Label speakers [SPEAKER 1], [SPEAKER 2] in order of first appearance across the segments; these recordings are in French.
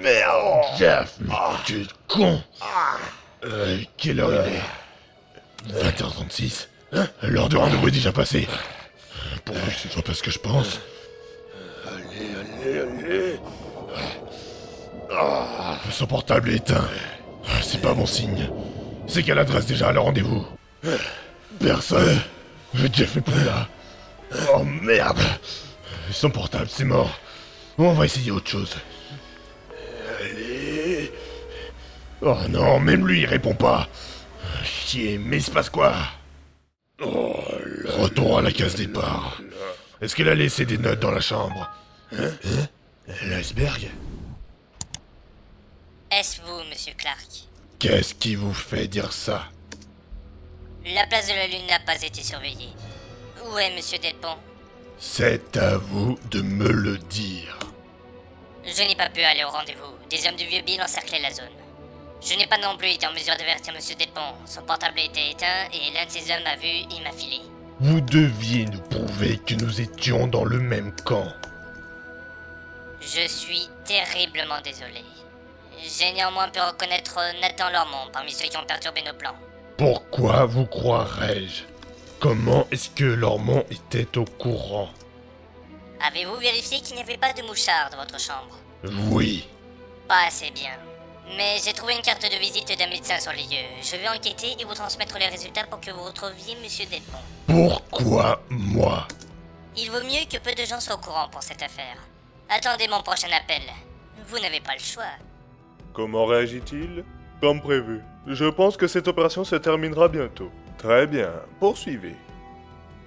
[SPEAKER 1] Merde, Jeff, mais tu es con Euh, quelle heure il est 20h36 Hein L'heure de rendez-vous est déjà passée Pourvu que ce soit pas ce que je pense.
[SPEAKER 2] Allez, allez, allez.
[SPEAKER 1] Ah. Son portable est éteint. Ah, C'est pas bon signe. C'est quelle adresse déjà à le rendez-vous Personne. Jeff est plus là. Oh merde. Son portable, c'est mort. Bon, On va essayer autre chose.
[SPEAKER 2] Allez.
[SPEAKER 1] Oh non, même lui il répond pas. Chier, mais il se passe quoi
[SPEAKER 2] Oh là.
[SPEAKER 1] Retour à la case départ. Est-ce qu'elle a laissé des notes dans la chambre Hein
[SPEAKER 2] L'iceberg
[SPEAKER 3] Est-ce vous, monsieur Clark
[SPEAKER 1] Qu'est-ce qui vous fait dire ça
[SPEAKER 3] La place de la Lune n'a pas été surveillée. Où est monsieur Delpont
[SPEAKER 1] C'est à vous de me le dire.
[SPEAKER 3] Je n'ai pas pu aller au rendez-vous. Des hommes du vieux Bill encerclaient la zone. Je n'ai pas non plus été en mesure d'avertir monsieur Delpont. Son portable était éteint et l'un de ses hommes a vu et m'a filé.
[SPEAKER 1] Vous deviez nous prouver que nous étions dans le même camp.
[SPEAKER 3] Je suis terriblement désolé. J'ai néanmoins pu reconnaître Nathan Lormont parmi ceux qui ont perturbé nos plans.
[SPEAKER 1] Pourquoi vous croirais-je Comment est-ce que Lormont était au courant
[SPEAKER 3] Avez-vous vérifié qu'il n'y avait pas de mouchard dans votre chambre
[SPEAKER 1] Oui,
[SPEAKER 3] Pas assez bien. Mais j'ai trouvé une carte de visite d'un médecin sur les lieux. Je vais enquêter et vous transmettre les résultats pour que vous retrouviez Monsieur Delpont.
[SPEAKER 1] pourquoi moi
[SPEAKER 3] Il vaut mieux que peu de gens soient au courant pour cette affaire. Attendez mon prochain appel. Vous n'avez pas le choix.
[SPEAKER 4] Comment réagit-il Comme prévu. Je pense que cette opération se terminera bientôt. Très bien, poursuivez.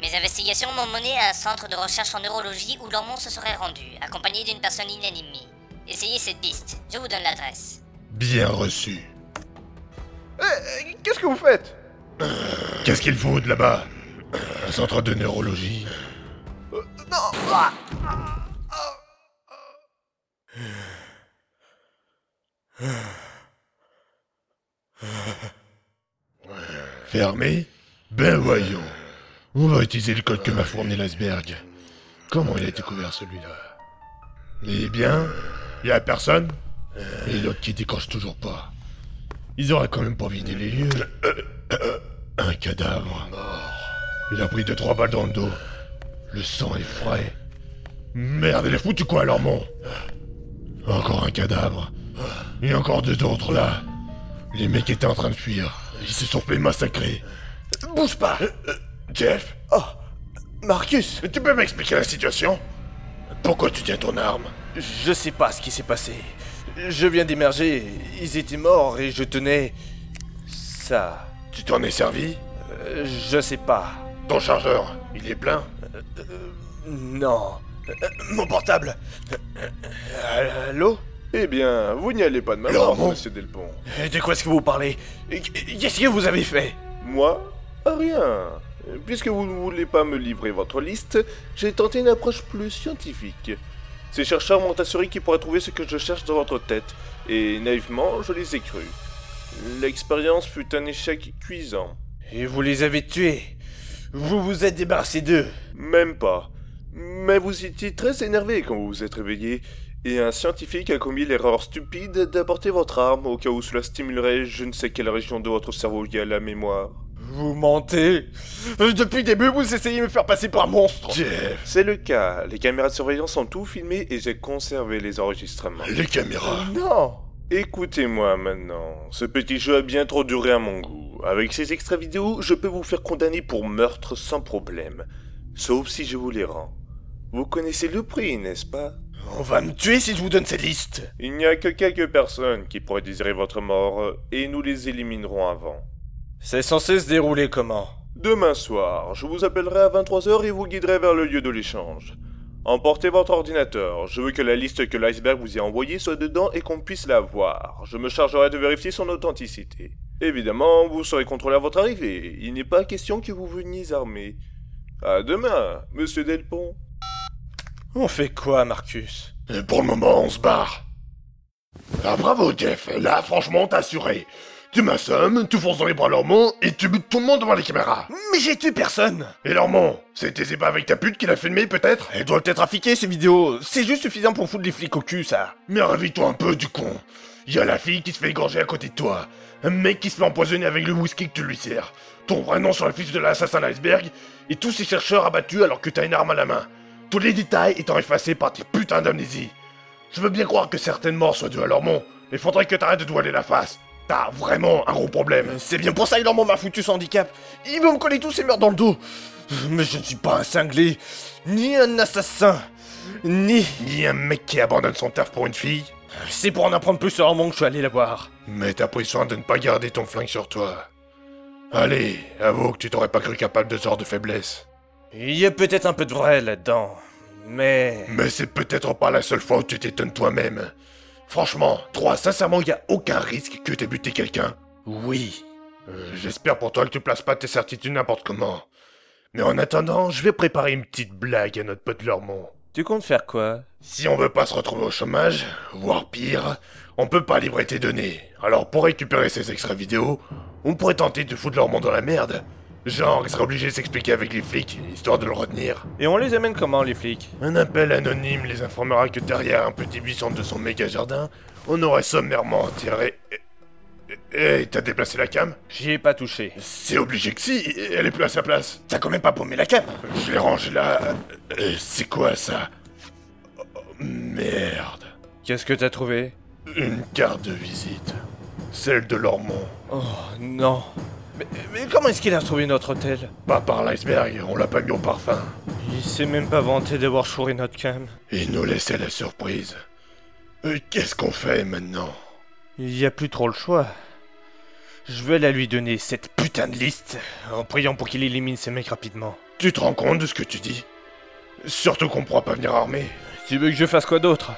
[SPEAKER 3] Mes investigations m'ont mené à un centre de recherche en neurologie où Lormont se serait rendu, accompagné d'une personne inanimée. Essayez cette piste. Je vous donne l'adresse.
[SPEAKER 1] Bien reçu.
[SPEAKER 4] Eh, Qu'est-ce que vous faites
[SPEAKER 1] Qu'est-ce qu'il faut de là-bas Un centre de neurologie
[SPEAKER 4] Euh, ah,
[SPEAKER 1] Fermé Ben voyons. On va utiliser le code que m'a fourni l'iceberg. Comment il a été couvert celui-là Eh bien, il a personne Et l'autre qui décroche toujours pas. Ils auraient quand même pas vidé les lieux. Un cadavre. Il a pris deux trois balles dans le dos. Le sang est frais. Merde, elle est foutue quoi, Lormont Encore un cadavre. Et encore deux autres là. Les mecs étaient en train de fuir. Ils se sont fait massacrer.
[SPEAKER 2] Bouge pas
[SPEAKER 1] Jeff,
[SPEAKER 2] Oh Marcus
[SPEAKER 1] tu peux m'expliquer la situation Pourquoi tu tiens ton arme
[SPEAKER 2] Je sais pas ce qui s'est passé. Je viens d'émerger, ils étaient morts et je tenais. ça.
[SPEAKER 1] Tu t'en es servi
[SPEAKER 2] Euh, je sais pas. Euh,
[SPEAKER 1] Ton chargeur, il est plein
[SPEAKER 2] Non. Euh, Mon portable Euh, Allô
[SPEAKER 4] Eh bien, vous n'y allez pas de ma mort,
[SPEAKER 1] Laurent
[SPEAKER 4] monsieur Delpont.
[SPEAKER 2] Euh, De quoi est-ce que vous parlez Euh, Qu'est-ce que vous avez fait
[SPEAKER 4] Moi Rien. Puisque vous ne voulez pas me livrer votre liste, j'ai tenté une approche plus scientifique. Ces chercheurs m'ont assuré qu'ils pourraient trouver ce que je cherche dans votre tête, et naïvement, je les ai crus. L'expérience fut un échec cuisant.
[SPEAKER 2] Et vous les avez tués. Vous vous êtes débarrassé d'eux.
[SPEAKER 4] Même pas. Mais vous étiez très énervé quand vous vous êtes réveillé, et un scientifique a commis l'erreur stupide d'apporter votre arme au cas où cela stimulerait je ne sais quelle région de votre cerveau liée à la mémoire.
[SPEAKER 2] Vous mentez Euh, Depuis le début, vous essayez de me faire passer pour un monstre
[SPEAKER 1] Jeff,
[SPEAKER 4] C'est le cas, les caméras de surveillance ont tout filmé et j'ai conservé les enregistrements.
[SPEAKER 1] les caméras.
[SPEAKER 2] Oh, Non
[SPEAKER 4] Écoutez-moi maintenant, ce petit jeu a bien trop duré à mon goût. Avec ces extraits vidéo, je peux vous faire condamner pour meurtre sans problème, sauf si je vous les rends. Vous connaissez le prix, n'est-ce pas
[SPEAKER 2] On va me tuer si je vous donne cette liste
[SPEAKER 4] Il n'y a que quelques personnes qui pourraient désirer votre mort, euh, et nous les éliminerons avant.
[SPEAKER 2] C'est censé se dérouler comment
[SPEAKER 4] Demain soir, je vous appellerai à 23h et vous guiderai vers le lieu de l'échange. Emportez votre ordinateur, je veux que la liste que l'iceberg vous a envoyée soit dedans et qu'on puisse la voir. Je me chargerai de vérifier son authenticité. Évidemment, vous serez contrôlé à votre arrivée, il n'est pas question que vous veniez armé. À demain, monsieur Delpont.
[SPEAKER 2] On fait quoi, Marcus
[SPEAKER 1] Et Pour le moment, on se barre. Ah bravo, Jeff. Là, franchement, t'as assuré. Tu Tu m'assommes, tu fonces dans les bras Lormont et tu butes tout le monde devant les caméras.
[SPEAKER 2] Mais j'ai tué personne
[SPEAKER 1] Et Lormont, c'était pas avec ta pute qui l'a filmé peut-être
[SPEAKER 2] Elle doit être affiquée ces vidéos, c'est juste suffisant pour foutre les flics au cul ça
[SPEAKER 1] Mais réveille-toi un peu du con. Y a la fille qui se fait égorger à côté de toi. Un mec qui se fait empoisonner avec le whisky que tu lui sers. Ton vrai nom sur la fiche de l'assassin d'iceberg. Et tous ces chercheurs abattus alors que t'as une arme à la main. Tous les détails étant effacés par tes putains d'amnésie. Je veux bien croire que certaines morts soient dues à Lormont, mais faudrait que t'arrêtes de voiler la face. T'as vraiment un gros problème.
[SPEAKER 2] C'est bien pour ça il en m'a foutu ce handicap Il veut me coller tous ses meurtres dans le dos Mais je ne suis pas un cinglé, ni un assassin, ni...
[SPEAKER 1] Ni un mec qui abandonne son taf pour une fille.
[SPEAKER 2] C'est pour en apprendre plus sur Armand que je suis allé la voir.
[SPEAKER 1] Mais t'as pris soin de ne pas garder ton flingue sur toi. Allez, avoue que tu t'aurais pas cru capable de ce genre de faiblesse.
[SPEAKER 2] Il y a peut-être un peu de vrai là-dedans, mais...
[SPEAKER 1] Mais c'est peut-être pas la seule fois où tu t'étonnes toi-même. Franchement, 3, sincèrement, y a aucun risque que t'aies buté quelqu'un.
[SPEAKER 2] Oui.
[SPEAKER 1] Euh, J'espère pour toi que tu places pas tes certitudes n'importe comment. Mais en attendant, je vais préparer une petite blague à notre pote Lormont.
[SPEAKER 2] Tu comptes faire quoi
[SPEAKER 1] Si on veut pas se retrouver au chômage, voire pire, on peut pas livrer tes données. Alors pour récupérer ces extraits vidéo, on pourrait tenter de foutre Lormont dans la merde. Genre, il serait obligé de s'expliquer avec les flics, histoire de le retenir.
[SPEAKER 2] Et on les amène comment les flics
[SPEAKER 1] Un appel anonyme les informera que derrière un petit buisson de son méga jardin, on aurait sommairement enterré. Eh, eh, t'as déplacé la cam
[SPEAKER 2] J'y ai pas touché.
[SPEAKER 1] C'est obligé que si, elle est plus à sa place.
[SPEAKER 2] T'as quand même pas paumé la cape
[SPEAKER 1] Je les range là. Euh, C'est quoi ça Oh, Merde.
[SPEAKER 2] Qu'est-ce que t'as trouvé
[SPEAKER 1] Une carte de visite. Celle de Lormont.
[SPEAKER 2] Oh non. Mais, mais comment est-ce qu'il a retrouvé notre hôtel
[SPEAKER 1] Pas par l'iceberg, on l'a pas mis au parfum.
[SPEAKER 2] Il s'est même pas vanté d'avoir chouré notre cam.
[SPEAKER 1] Il nous laissait la surprise. Euh, Qu'est-ce qu'on fait maintenant
[SPEAKER 2] Il y a plus trop le choix. Je vais la lui donner cette putain de liste en priant pour qu'il élimine ces mecs rapidement.
[SPEAKER 1] Tu te rends compte de ce que tu dis Surtout qu'on pourra pas venir armé.
[SPEAKER 2] Tu veux que je fasse quoi d'autre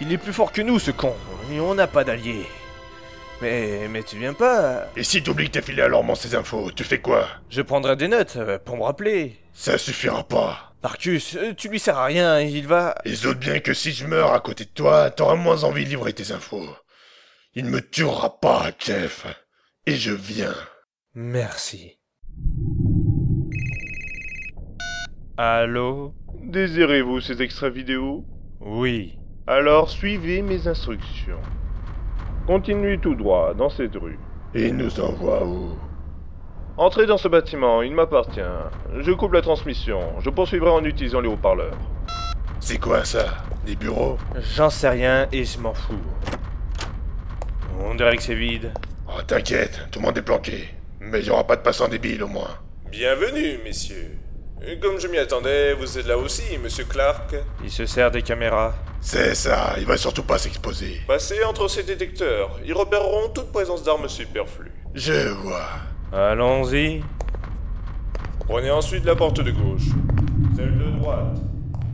[SPEAKER 2] Il est plus fort que nous ce con. Et on n'a pas d'alliés. Mais mais tu viens pas.
[SPEAKER 1] Et si t'oublies que t'as filé à Lormont ces infos, tu fais quoi
[SPEAKER 2] Je prendrai des notes euh, pour me rappeler.
[SPEAKER 1] Ça suffira pas.
[SPEAKER 2] Marcus, euh, tu lui sers à rien, il va.
[SPEAKER 1] Les autres bien que si je meurs à côté de toi, t'auras moins envie de livrer tes infos. Il ne me tuera pas, Jeff. Et je viens.
[SPEAKER 2] Merci. Allô
[SPEAKER 5] Désirez-vous ces extraits vidéo
[SPEAKER 2] Oui.
[SPEAKER 5] Alors suivez mes instructions. Continuez tout droit dans cette rue.
[SPEAKER 1] Et il nous envoie où
[SPEAKER 5] Entrez dans ce bâtiment, il m'appartient. Je coupe la transmission. Je poursuivrai en utilisant les haut-parleurs.
[SPEAKER 1] C'est quoi ça Des bureaux
[SPEAKER 2] J'en sais rien et je m'en fous. On dirait que c'est vide.
[SPEAKER 1] Oh, t'inquiète, tout le monde est planqué. Mais il y aura pas de passants débiles au moins.
[SPEAKER 4] Bienvenue, messieurs. Comme je m'y attendais, vous êtes là aussi, monsieur Clark.
[SPEAKER 2] Il se sert des caméras.
[SPEAKER 1] C'est ça, il va surtout pas s'exposer.
[SPEAKER 4] Passez entre ces détecteurs. Ils repéreront toute présence d'armes superflues.
[SPEAKER 1] Je vois.
[SPEAKER 2] Allons-y.
[SPEAKER 4] Prenez ensuite la porte de gauche. Celle de droite.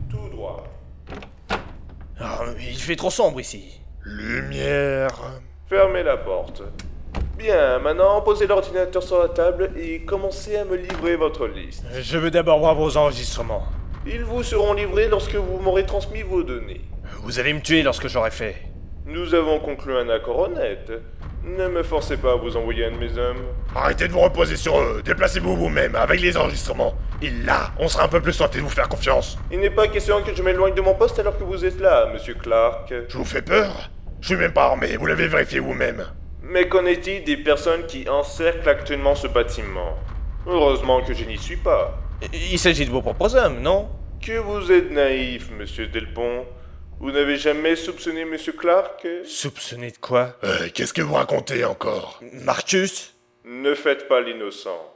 [SPEAKER 4] Tout droit.
[SPEAKER 2] Ah, mais il fait trop sombre ici.
[SPEAKER 1] Lumière.
[SPEAKER 4] Fermez la porte. Bien, maintenant posez l'ordinateur sur la table et commencez à me livrer votre liste.
[SPEAKER 2] Je veux d'abord voir vos enregistrements.
[SPEAKER 4] Ils vous seront livrés lorsque vous m'aurez transmis vos données.
[SPEAKER 2] Vous allez me tuer lorsque j'aurai fait.
[SPEAKER 4] Nous avons conclu un accord honnête. Ne me forcez pas à vous envoyer un de mes hommes.
[SPEAKER 1] Arrêtez de vous reposer sur eux, déplacez-vous vous-même avec les enregistrements. Et là, on sera un peu plus tenté de vous faire confiance.
[SPEAKER 4] Il n'est pas question que je m'éloigne de mon poste alors que vous êtes là, monsieur Clark.
[SPEAKER 1] Je vous fais peur Je suis même pas armé, vous l'avez vérifié vous-même.
[SPEAKER 4] Mais qu'en est-il des personnes qui encerclent actuellement ce bâtiment Heureusement que je n'y suis pas.
[SPEAKER 2] Il s'agit de vos propres hommes, non
[SPEAKER 4] Que vous êtes naïf, monsieur Delpont. Vous n'avez jamais soupçonné monsieur Clark
[SPEAKER 2] Soupçonné de quoi
[SPEAKER 1] Euh, qu'est-ce que vous racontez encore
[SPEAKER 2] Marcus
[SPEAKER 4] Ne faites pas l'innocent.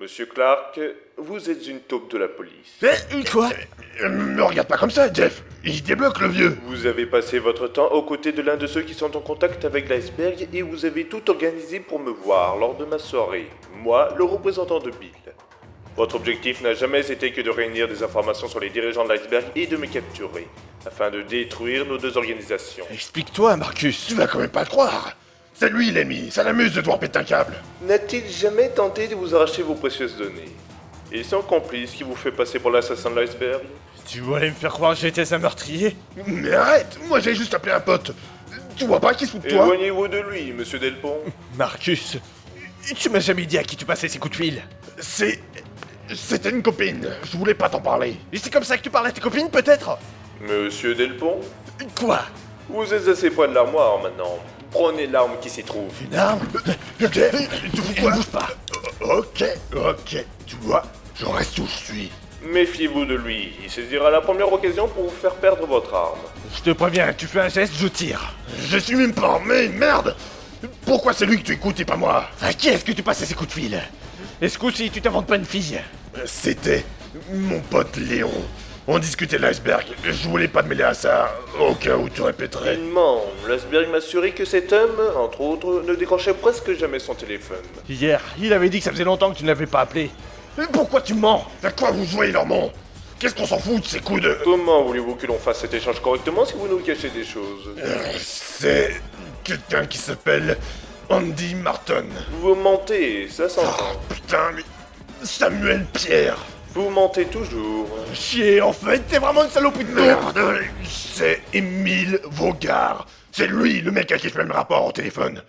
[SPEAKER 4] Monsieur Clark, vous êtes une taupe de la police.
[SPEAKER 2] Eh, quoi
[SPEAKER 1] Euh, Me regarde pas comme ça, Jeff Il débloque le vieux
[SPEAKER 4] Vous avez passé votre temps aux côtés de l'un de ceux qui sont en contact avec l'iceberg et vous avez tout organisé pour me voir lors de ma soirée. Moi, le représentant de Bill. Votre objectif n'a jamais été que de réunir des informations sur les dirigeants de l'iceberg et de me capturer, afin de détruire nos deux organisations.
[SPEAKER 2] Explique-toi, Marcus.
[SPEAKER 1] Tu vas quand même pas le croire C'est lui l'ennemi, ça l'amuse de devoir péter un câble
[SPEAKER 4] N'a-t-il jamais tenté de vous arracher vos précieuses données Et son complice qui vous fait passer pour l'assassin de l'iceberg
[SPEAKER 2] Tu voulais me faire croire que j'étais un meurtrier
[SPEAKER 1] Mais arrête Moi j'ai juste appelé un pote
[SPEAKER 2] Tu vois pas qu'il se fout de toi
[SPEAKER 4] Éloignez-vous de lui, monsieur Delpont.
[SPEAKER 2] Marcus, tu m'as jamais dit à qui tu passais ces coups de fil.
[SPEAKER 1] C'est. C'était une copine. Je voulais pas t'en parler.
[SPEAKER 2] Et c'est comme ça que tu parles à tes copines, peut-être
[SPEAKER 4] Monsieur Delpont,
[SPEAKER 2] Quoi
[SPEAKER 4] vous êtes assez près de l'armoire maintenant. Prenez l'arme qui s'y trouve.
[SPEAKER 1] Une arme Ok. Tu vois bouge pas. Ok, ok. Tu vois, je reste où je suis.
[SPEAKER 4] Méfiez-vous de lui, il saisira la première occasion pour vous faire perdre votre arme.
[SPEAKER 2] Je te préviens, tu fais un geste, je tire.
[SPEAKER 1] Je suis même pas armé, merde Pourquoi c'est lui que tu écoutes et pas moi
[SPEAKER 2] À Bah, qui est-ce que tu passais ces coups de fil Et ce coup-ci, tu t'inventes pas une fille
[SPEAKER 1] C'était mon pote Léon. On discutait de l'iceberg. Je voulais pas te mêler à ça, au cas où tu répéterais.
[SPEAKER 4] Tellement, Lasberg m'assurait que cet homme, entre autres, ne décrochait presque jamais son téléphone.
[SPEAKER 2] Hier, il avait dit que ça faisait longtemps que tu ne l'avais pas appelé. Mais pourquoi tu mens
[SPEAKER 1] À quoi vous jouez, Normand Qu'est-ce qu'on s'en fout de ces coups de...
[SPEAKER 4] Comment voulez-vous que l'on fasse cet échange correctement si vous nous cachez des choses
[SPEAKER 1] Euh, C'est quelqu'un qui s'appelle Andy Martin.
[SPEAKER 4] Vous mentez, ça s'entend.
[SPEAKER 1] Oh putain, mais... Samuel Pierre
[SPEAKER 4] Vous mentez toujours.
[SPEAKER 2] Chier, en fait, t'es vraiment une saloperie de merde
[SPEAKER 1] Merde, c'est Émile Vaugard. C'est lui, le mec à qui je fais le rapport au téléphone.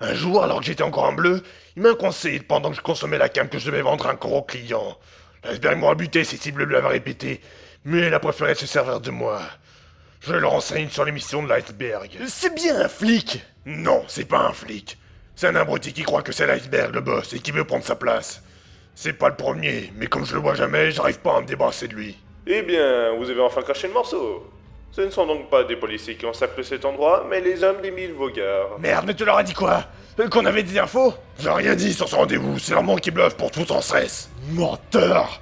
[SPEAKER 1] Un jour, alors que j'étais encore en bleu, il m'a conseillé pendant que je consommais la cam que je devais vendre à un gros client. L'iceberg m'aurait buté si Cible lui avait répété, mais elle a préféré se servir de moi. Je le renseigne sur l'émission de l'iceberg.
[SPEAKER 2] C'est bien un flic
[SPEAKER 1] Non, c'est pas un flic. C'est un abruti qui croit que c'est l'iceberg le boss et qui veut prendre sa place. C'est pas le premier, mais comme je le vois jamais, j'arrive pas à me débarrasser de lui.
[SPEAKER 4] Eh bien, vous avez enfin craché le morceau. Ce ne sont donc pas des policiers qui ont saplé cet endroit, mais les hommes d'Émile Vaugard.
[SPEAKER 2] Merde, mais tu leur as dit quoi Euh, Qu'on avait des infos
[SPEAKER 1] J'ai rien dit sur ce rendez-vous, c'est Normand qui bluffe pour tout sans stress.
[SPEAKER 2] Menteur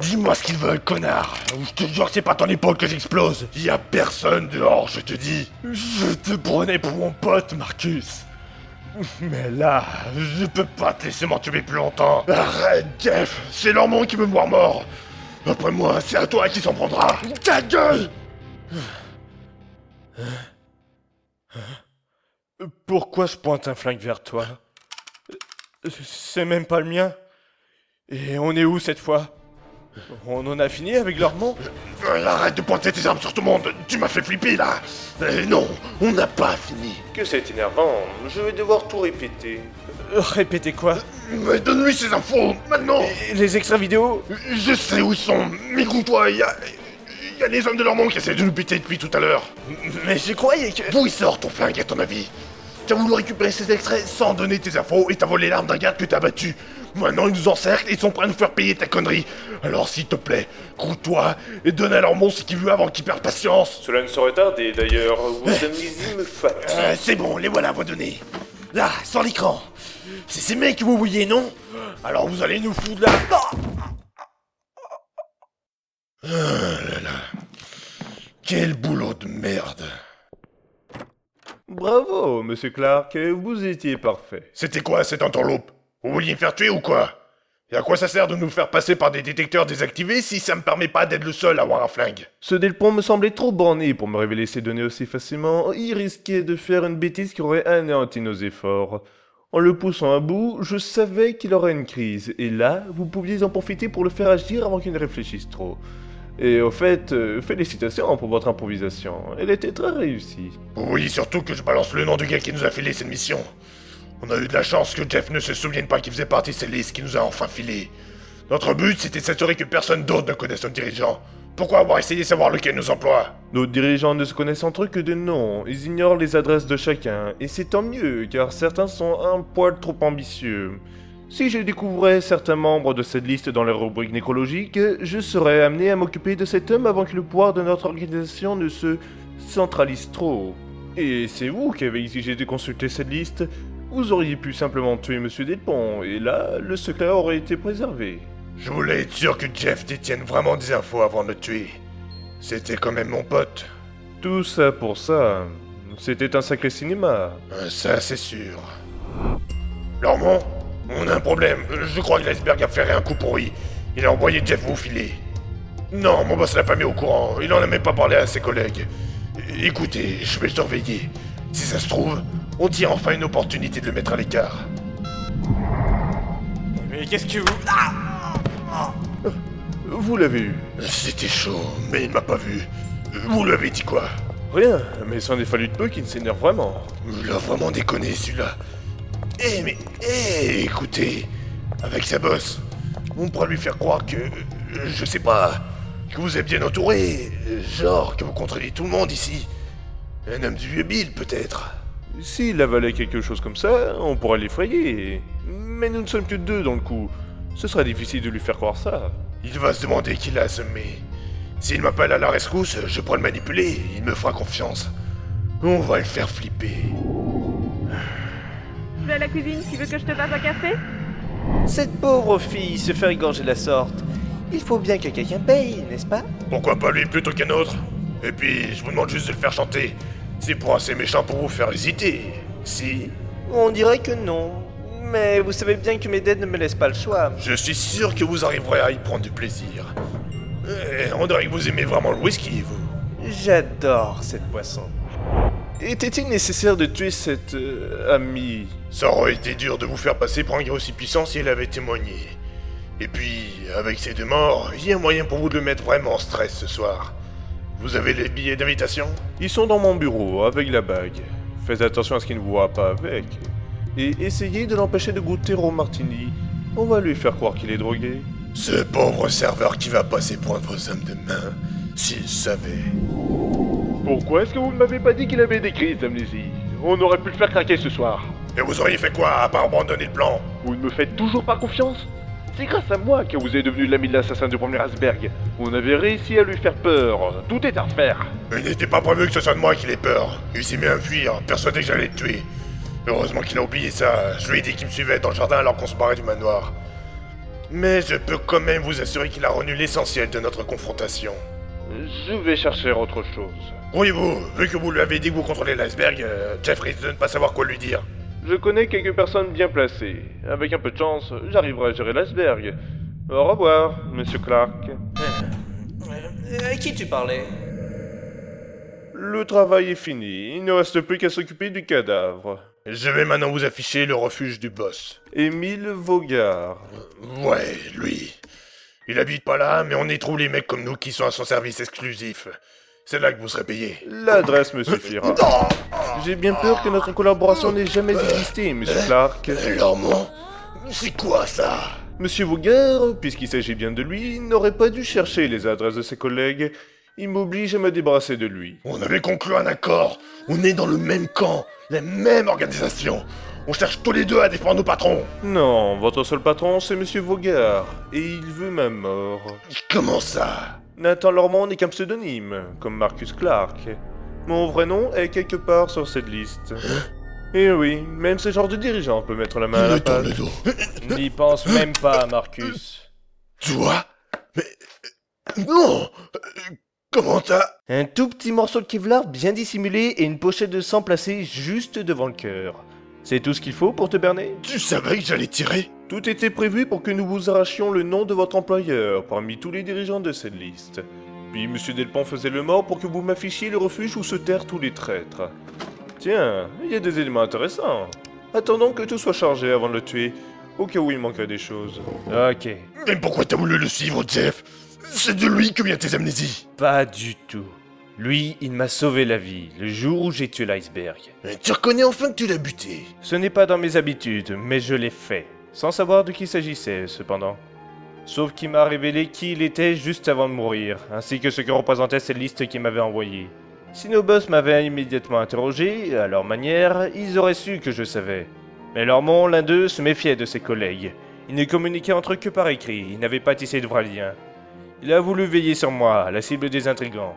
[SPEAKER 2] Dis-moi ce qu'ils veulent, connard
[SPEAKER 1] Ou Je te jure que c'est pas ton épaule que j'explose. Y a personne dehors, je te dis.
[SPEAKER 2] Je te prenais pour mon pote, Marcus Mais là, je
[SPEAKER 1] Je peux pas te laisser m'entuber plus longtemps. Arrête, Jeff, c'est Normand qui veut me voir mort. Après moi, c'est à toi qui s'en prendra. Ta gueule
[SPEAKER 2] Euh, Pourquoi je pointe un flingue vers toi Euh, C'est même pas le mien. Et on est où cette fois On en a fini avec leur monde
[SPEAKER 1] Euh, Arrête de pointer tes armes sur tout le monde, tu m'as fait flipper là. Euh, non, on n'a pas fini.
[SPEAKER 4] Que c'est énervant, je vais devoir tout répéter.
[SPEAKER 2] Euh, Répétez quoi
[SPEAKER 1] Mais donne-lui ces infos, maintenant
[SPEAKER 2] Et Les extraits vidéo
[SPEAKER 1] Je sais où ils sont, mais écoute-toi, y a... Y a les hommes de Normand qui essaient de nous buter depuis tout à l'heure.
[SPEAKER 2] Mais je croyais que...
[SPEAKER 1] D'où il sort ton flingue à ton avis T'as voulu récupérer ces extraits sans donner tes infos et t'as volé l'arme d'un garde que t'as battu. Maintenant ils nous encerclent et ils sont prêts à nous faire payer ta connerie. Alors s'il te plaît, croue-toi et donne à Normand ce qu'il veut avant qu'il perde patience.
[SPEAKER 4] Cela ne saurait tarder d'ailleurs, vos amnésies me fatiguent.
[SPEAKER 1] Euh, c'est bon, les voilà abandonnés.
[SPEAKER 2] Là, sur l'écran C'est ces mecs que vous vouliez, non Alors vous allez nous foutre la... Oh
[SPEAKER 1] Ah, Quel boulot de merde.
[SPEAKER 4] Bravo, monsieur Clark, vous étiez parfait.
[SPEAKER 1] C'était quoi cet entourloupe Vous vouliez me faire tuer ou quoi Et à quoi ça sert de nous faire passer par des détecteurs désactivés si ça me permet pas d'être le seul à avoir un flingue
[SPEAKER 4] Ce Delpont me semblait trop borné pour me révéler ses données aussi facilement. Il risquait de faire une bêtise qui aurait anéanti nos efforts. En le poussant à bout, je savais qu'il aurait une crise, et là, vous pouviez en profiter pour le faire agir avant qu'il ne réfléchisse trop. Et au fait, euh, félicitations pour votre improvisation, elle était très réussie.
[SPEAKER 1] Vous voyez surtout que je balance le nom du gars qui nous a filé cette mission. On a eu de la chance que Jeff ne se souvienne pas qu'il faisait partie de cette liste qui nous a enfin filé. Notre but, c'était de s'assurer que personne d'autre ne connaisse notre dirigeant. Pourquoi avoir essayé de savoir lequel nous emploie
[SPEAKER 4] Nos dirigeants ne se connaissent entre eux que de noms, ils ignorent les adresses de chacun, et c'est tant mieux, car certains sont un poil trop ambitieux. Si je découvrais certains membres de cette liste dans les rubriques nécrologiques, je serais amené à m'occuper de cet homme avant que le pouvoir de notre organisation ne se centralise trop. Et c'est vous qui avez exigé de consulter cette liste, vous auriez pu simplement tuer Monsieur Delpont, et là, le secret aurait été préservé.
[SPEAKER 1] Je voulais être sûr que Jeff détienne vraiment des infos avant de le tuer. C'était quand même mon pote.
[SPEAKER 4] Tout ça pour ça, c'était un sacré cinéma.
[SPEAKER 1] Euh, Ça, c'est sûr. Lormont, on a un problème. Je crois que l'iceberg a ferré un coup pourri. Il a envoyé Jeff vous filer. Non, mon boss l'a pas mis au courant. Il en a même pas parlé à ses collègues. É- Écoutez, je vais le surveiller. Si ça se trouve, on tient enfin une opportunité de le mettre à l'écart.
[SPEAKER 2] Mais qu'est-ce que vous... Ah
[SPEAKER 4] Vous l'avez eu.
[SPEAKER 1] C'était chaud, mais il m'a pas vu. Vous lui avez dit quoi
[SPEAKER 4] rien, mais il s'en est fallu de peu qu'il ne s'énerve vraiment.
[SPEAKER 1] Il a vraiment déconné celui-là. Eh mais, eh, écoutez, avec sa bosse, on pourra lui faire croire que, euh, je sais pas, que vous êtes bien entouré, euh, genre que vous contrôlez tout le monde ici. Un homme du vieux Bill peut-être.
[SPEAKER 4] S'il avalait quelque chose comme ça, on pourrait l'effrayer. Mais nous ne sommes que deux dans le coup. Ce sera difficile de lui faire croire ça.
[SPEAKER 1] Il va se demander qui l'a assommé. S'il m'appelle à la rescousse, je pourrai le manipuler, il me fera confiance. On va le faire flipper.
[SPEAKER 6] Tu vas à la cuisine, tu veux que je te fasse un café
[SPEAKER 7] Cette pauvre fille se fait égorger de la sorte. Il faut bien que quelqu'un paye, n'est-ce pas
[SPEAKER 1] Pourquoi pas lui plutôt qu'un autre Et puis, je vous demande juste de le faire chanter. C'est pour assez méchant pour vous faire hésiter. Si,
[SPEAKER 7] On dirait que non. Mais vous savez bien que mes dettes ne me laissent pas le choix.
[SPEAKER 1] je suis sûr que vous arriverez à y prendre du plaisir. Eh, on dirait que vous aimez vraiment le whisky, vous.
[SPEAKER 7] J'adore cette boisson.
[SPEAKER 4] Était-il nécessaire de tuer cette euh, amie
[SPEAKER 1] Ça aurait été dur de vous faire passer pour un gars aussi puissant si elle avait témoigné. Et puis, avec ces deux morts, il y a moyen pour vous de le mettre vraiment en stress ce soir. Vous avez les billets d'invitation
[SPEAKER 4] Ils sont dans mon bureau, avec la bague. Faites attention à ce qu'il ne voit pas avec. Et essayez de l'empêcher de goûter au martini. On va lui faire croire qu'il est drogué.
[SPEAKER 1] Ce pauvre serveur qui va passer pour un vos homme de main, s'il savait.
[SPEAKER 4] Pourquoi est-ce que vous ne m'avez pas dit qu'il avait des crises d'amnésie On aurait pu le faire craquer ce soir.
[SPEAKER 1] Et vous auriez fait quoi à part abandonner le plan
[SPEAKER 4] Vous ne me faites toujours pas confiance C'est grâce à moi que vous êtes devenu l'ami de l'assassin du premier Asberg. On avait réussi à lui faire peur. Tout est à refaire.
[SPEAKER 1] Il n'était pas prévu que ce soit de moi qu'il ait peur. Il s'est mis à fuir, persuadé que j'allais le tuer. Heureusement qu'il a oublié ça. Je lui ai dit qu'il me suivait dans le jardin alors qu'on se barrait du manoir. Mais je peux quand même vous assurer qu'il a renu l'essentiel de notre confrontation.
[SPEAKER 4] Je vais chercher autre chose.
[SPEAKER 1] Croyez-vous, vu que vous lui avez dit que vous contrôlez l'iceberg, euh, Jeff risque de ne pas savoir quoi lui dire.
[SPEAKER 4] Je connais quelques personnes bien placées. Avec un peu de chance, j'arriverai à gérer l'iceberg. Au revoir, monsieur Clark.
[SPEAKER 7] Euh, à qui tu parlais
[SPEAKER 4] Le travail est fini, il ne reste plus qu'à s'occuper du cadavre.
[SPEAKER 1] Je vais maintenant vous afficher le refuge du boss.
[SPEAKER 4] Émile Vaugard.
[SPEAKER 1] Ouais, lui. Il habite pas là, mais on y trouve les mecs comme nous qui sont à son service exclusif. C'est là que vous serez payé.
[SPEAKER 4] L'adresse me suffira. J'ai bien peur que notre collaboration n'ait jamais existé, monsieur Clark.
[SPEAKER 1] Alors moi, Euh, c'est quoi ça
[SPEAKER 4] Monsieur Vaugard, puisqu'il s'agit bien de lui, n'aurait pas dû chercher les adresses de ses collègues. Il m'oblige à me débarrasser de lui.
[SPEAKER 1] On avait conclu un accord. On est dans le même camp, la même organisation. On cherche tous les deux à défendre nos patrons.
[SPEAKER 4] Non, votre seul patron, c'est monsieur Vaugard, et il veut ma mort.
[SPEAKER 1] Comment ça
[SPEAKER 4] Nathan Lormand n'est qu'un pseudonyme, comme Marcus Clark. Mon vrai nom est quelque part sur cette liste.
[SPEAKER 2] Hein?
[SPEAKER 4] Et oui, même ce genre de dirigeant peut mettre la main à
[SPEAKER 1] Il
[SPEAKER 4] la
[SPEAKER 1] me tourne
[SPEAKER 4] pâte.
[SPEAKER 1] le dos.
[SPEAKER 2] N'y pense même pas, Marcus.
[SPEAKER 1] Toi Mais... Non Euh, Comment t'as...
[SPEAKER 7] Un tout petit morceau de Kevlar bien dissimulé et une pochette de sang placée juste devant le cœur.
[SPEAKER 4] C'est tout ce qu'il faut pour te berner
[SPEAKER 1] Tu savais que j'allais tirer
[SPEAKER 4] Tout était prévu pour que nous vous arrachions le nom de votre employeur parmi tous les dirigeants de cette liste. Puis Monsieur Delpont faisait le mort pour que vous m'affichiez le refuge où se terrent tous les traîtres. Tiens, il y a des éléments intéressants. Attendons que tout soit chargé avant de le tuer, au cas où il manquerait des choses.
[SPEAKER 2] Ok,
[SPEAKER 1] Mais pourquoi t'as voulu le suivre, Jeff C'est de lui que vient tes amnésies.
[SPEAKER 2] pas du tout. Lui, il m'a sauvé la vie le jour où j'ai tué l'iceberg.
[SPEAKER 1] Mais Tu reconnais enfin que tu l'as buté.
[SPEAKER 2] Ce n'est pas dans mes habitudes, mais je l'ai fait, sans savoir de qui s'agissait cependant. Sauf qu'il m'a révélé qui il était juste avant de mourir, ainsi que ce que représentait cette liste qu'il m'avait envoyée. Si nos boss m'avaient immédiatement interrogé, à leur manière, ils auraient su que je savais. Mais Lormont, l'un d'eux, se méfiait de ses collègues. Ils ne communiquaient entre eux que par écrit, ils n'avaient pas tissé de vrais liens. Il a voulu veiller sur moi, la cible des intrigants.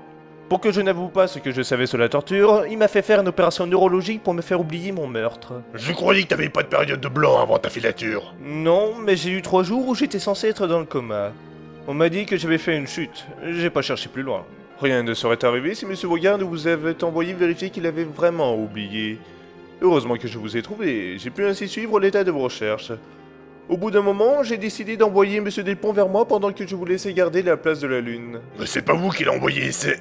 [SPEAKER 2] Pour que je n'avoue pas ce que je savais sur la torture, il m'a fait faire une opération neurologique pour me faire oublier mon meurtre.
[SPEAKER 1] Je croyais que t'avais pas de période de blanc avant ta filature.
[SPEAKER 2] Non, mais j'ai eu trois jours où j'étais censé être dans le coma. On m'a dit que j'avais fait une chute. J'ai pas cherché plus loin.
[SPEAKER 4] Rien ne serait arrivé si Monsieur Vaugard ne vous avait envoyé vérifier qu'il avait vraiment oublié. Heureusement que je vous ai trouvé, j'ai pu ainsi suivre l'état de vos recherches. Au bout d'un moment, j'ai décidé d'envoyer Monsieur Delpont vers moi pendant que je vous laissais garder la place de la Lune.
[SPEAKER 1] Mais c'est pas vous qui l'a envoyé, c'est...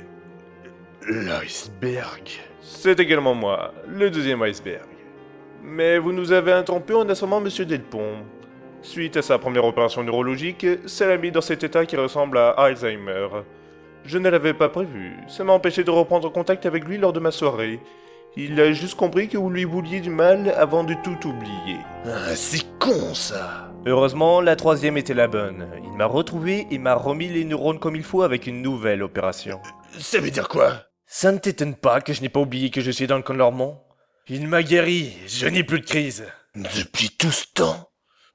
[SPEAKER 1] L'iceberg.
[SPEAKER 4] C'est également moi, le deuxième iceberg. Mais vous nous avez interrompu en assommant Monsieur Delpont. Suite à sa première opération neurologique, c'est l'ami dans cet état qui ressemble à Alzheimer. Je ne l'avais pas prévu. Ça m'a empêché de reprendre contact avec lui lors de ma soirée. Il a juste compris que vous lui vouliez du mal avant de tout oublier.
[SPEAKER 1] Ah, c'est con ça
[SPEAKER 7] Heureusement, la troisième était la bonne. Il m'a retrouvé et m'a remis les neurones comme il faut avec une nouvelle opération.
[SPEAKER 1] Ça veut dire quoi
[SPEAKER 7] Ça ne t'étonne pas que je n'ai pas oublié que je suis dans le camp de Lormont Il m'a guéri, je n'ai plus de crise.
[SPEAKER 1] Depuis tout ce temps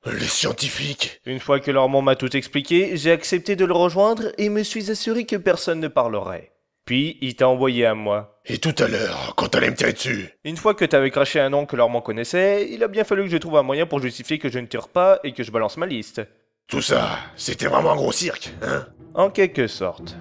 [SPEAKER 1] Les scientifiques
[SPEAKER 7] Une fois que Lormont m'a tout expliqué, j'ai accepté de le rejoindre et me suis assuré que personne ne parlerait. Puis, il t'a envoyé à moi.
[SPEAKER 1] Et tout à l'heure, quand t'allais me tirer dessus
[SPEAKER 7] Une fois que t'avais craché un nom que Lormont connaissait, il a bien fallu que je trouve un moyen pour justifier que je ne tire pas et que je balance ma liste.
[SPEAKER 1] Tout ça, c'était vraiment un gros cirque, hein
[SPEAKER 7] En quelque sorte.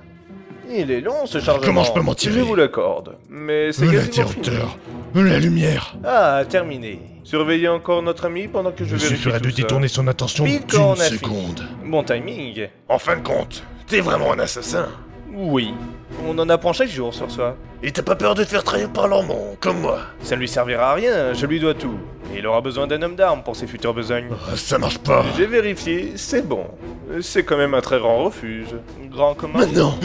[SPEAKER 7] Il est long ce chargement.
[SPEAKER 1] Comment je peux m'en tirer
[SPEAKER 7] Je vous l'accorde. Mais c'est quasiment
[SPEAKER 1] L'interrupteur, la lumière
[SPEAKER 7] fini. Ah, terminé.
[SPEAKER 4] Surveillez encore notre ami pendant que je
[SPEAKER 1] Il
[SPEAKER 4] vérifie
[SPEAKER 1] suffirait
[SPEAKER 4] tout
[SPEAKER 1] de
[SPEAKER 4] ça.
[SPEAKER 1] détourner son attention
[SPEAKER 7] Pile quand on
[SPEAKER 1] d'une
[SPEAKER 7] a fini.
[SPEAKER 1] seconde.
[SPEAKER 7] Bon timing.
[SPEAKER 1] En fin de compte, t'es vraiment un assassin.
[SPEAKER 7] Oui. On en apprend chaque jour sur soi.
[SPEAKER 1] Et t'as pas peur de te faire trahir par l'hormon, comme moi
[SPEAKER 7] Ça ne lui servira à rien, je lui dois tout. Et il aura besoin d'un homme d'armes pour ses futures besognes.
[SPEAKER 1] Ah, Ça marche pas.
[SPEAKER 4] J'ai vérifié, c'est bon. C'est quand même un très grand refuge.
[SPEAKER 7] Grand comment
[SPEAKER 1] Maintenant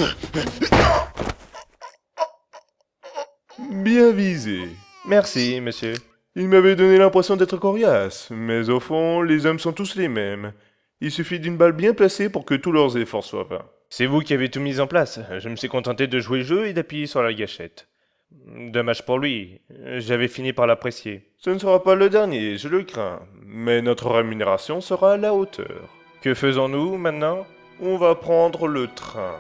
[SPEAKER 4] Bien visé.
[SPEAKER 7] Merci, monsieur.
[SPEAKER 4] Il m'avait donné l'impression d'être coriace, mais au fond, les hommes sont tous les mêmes. Il suffit d'une balle bien placée pour que tous leurs efforts soient vains.
[SPEAKER 7] C'est vous qui avez tout mis en place. Je me suis contenté de jouer le jeu et d'appuyer sur la gâchette. Dommage pour lui. J'avais fini par l'apprécier.
[SPEAKER 4] Ce ne sera pas le dernier, je le crains, mais notre rémunération sera à la hauteur.
[SPEAKER 7] Que faisons-nous maintenant
[SPEAKER 4] On va prendre le train.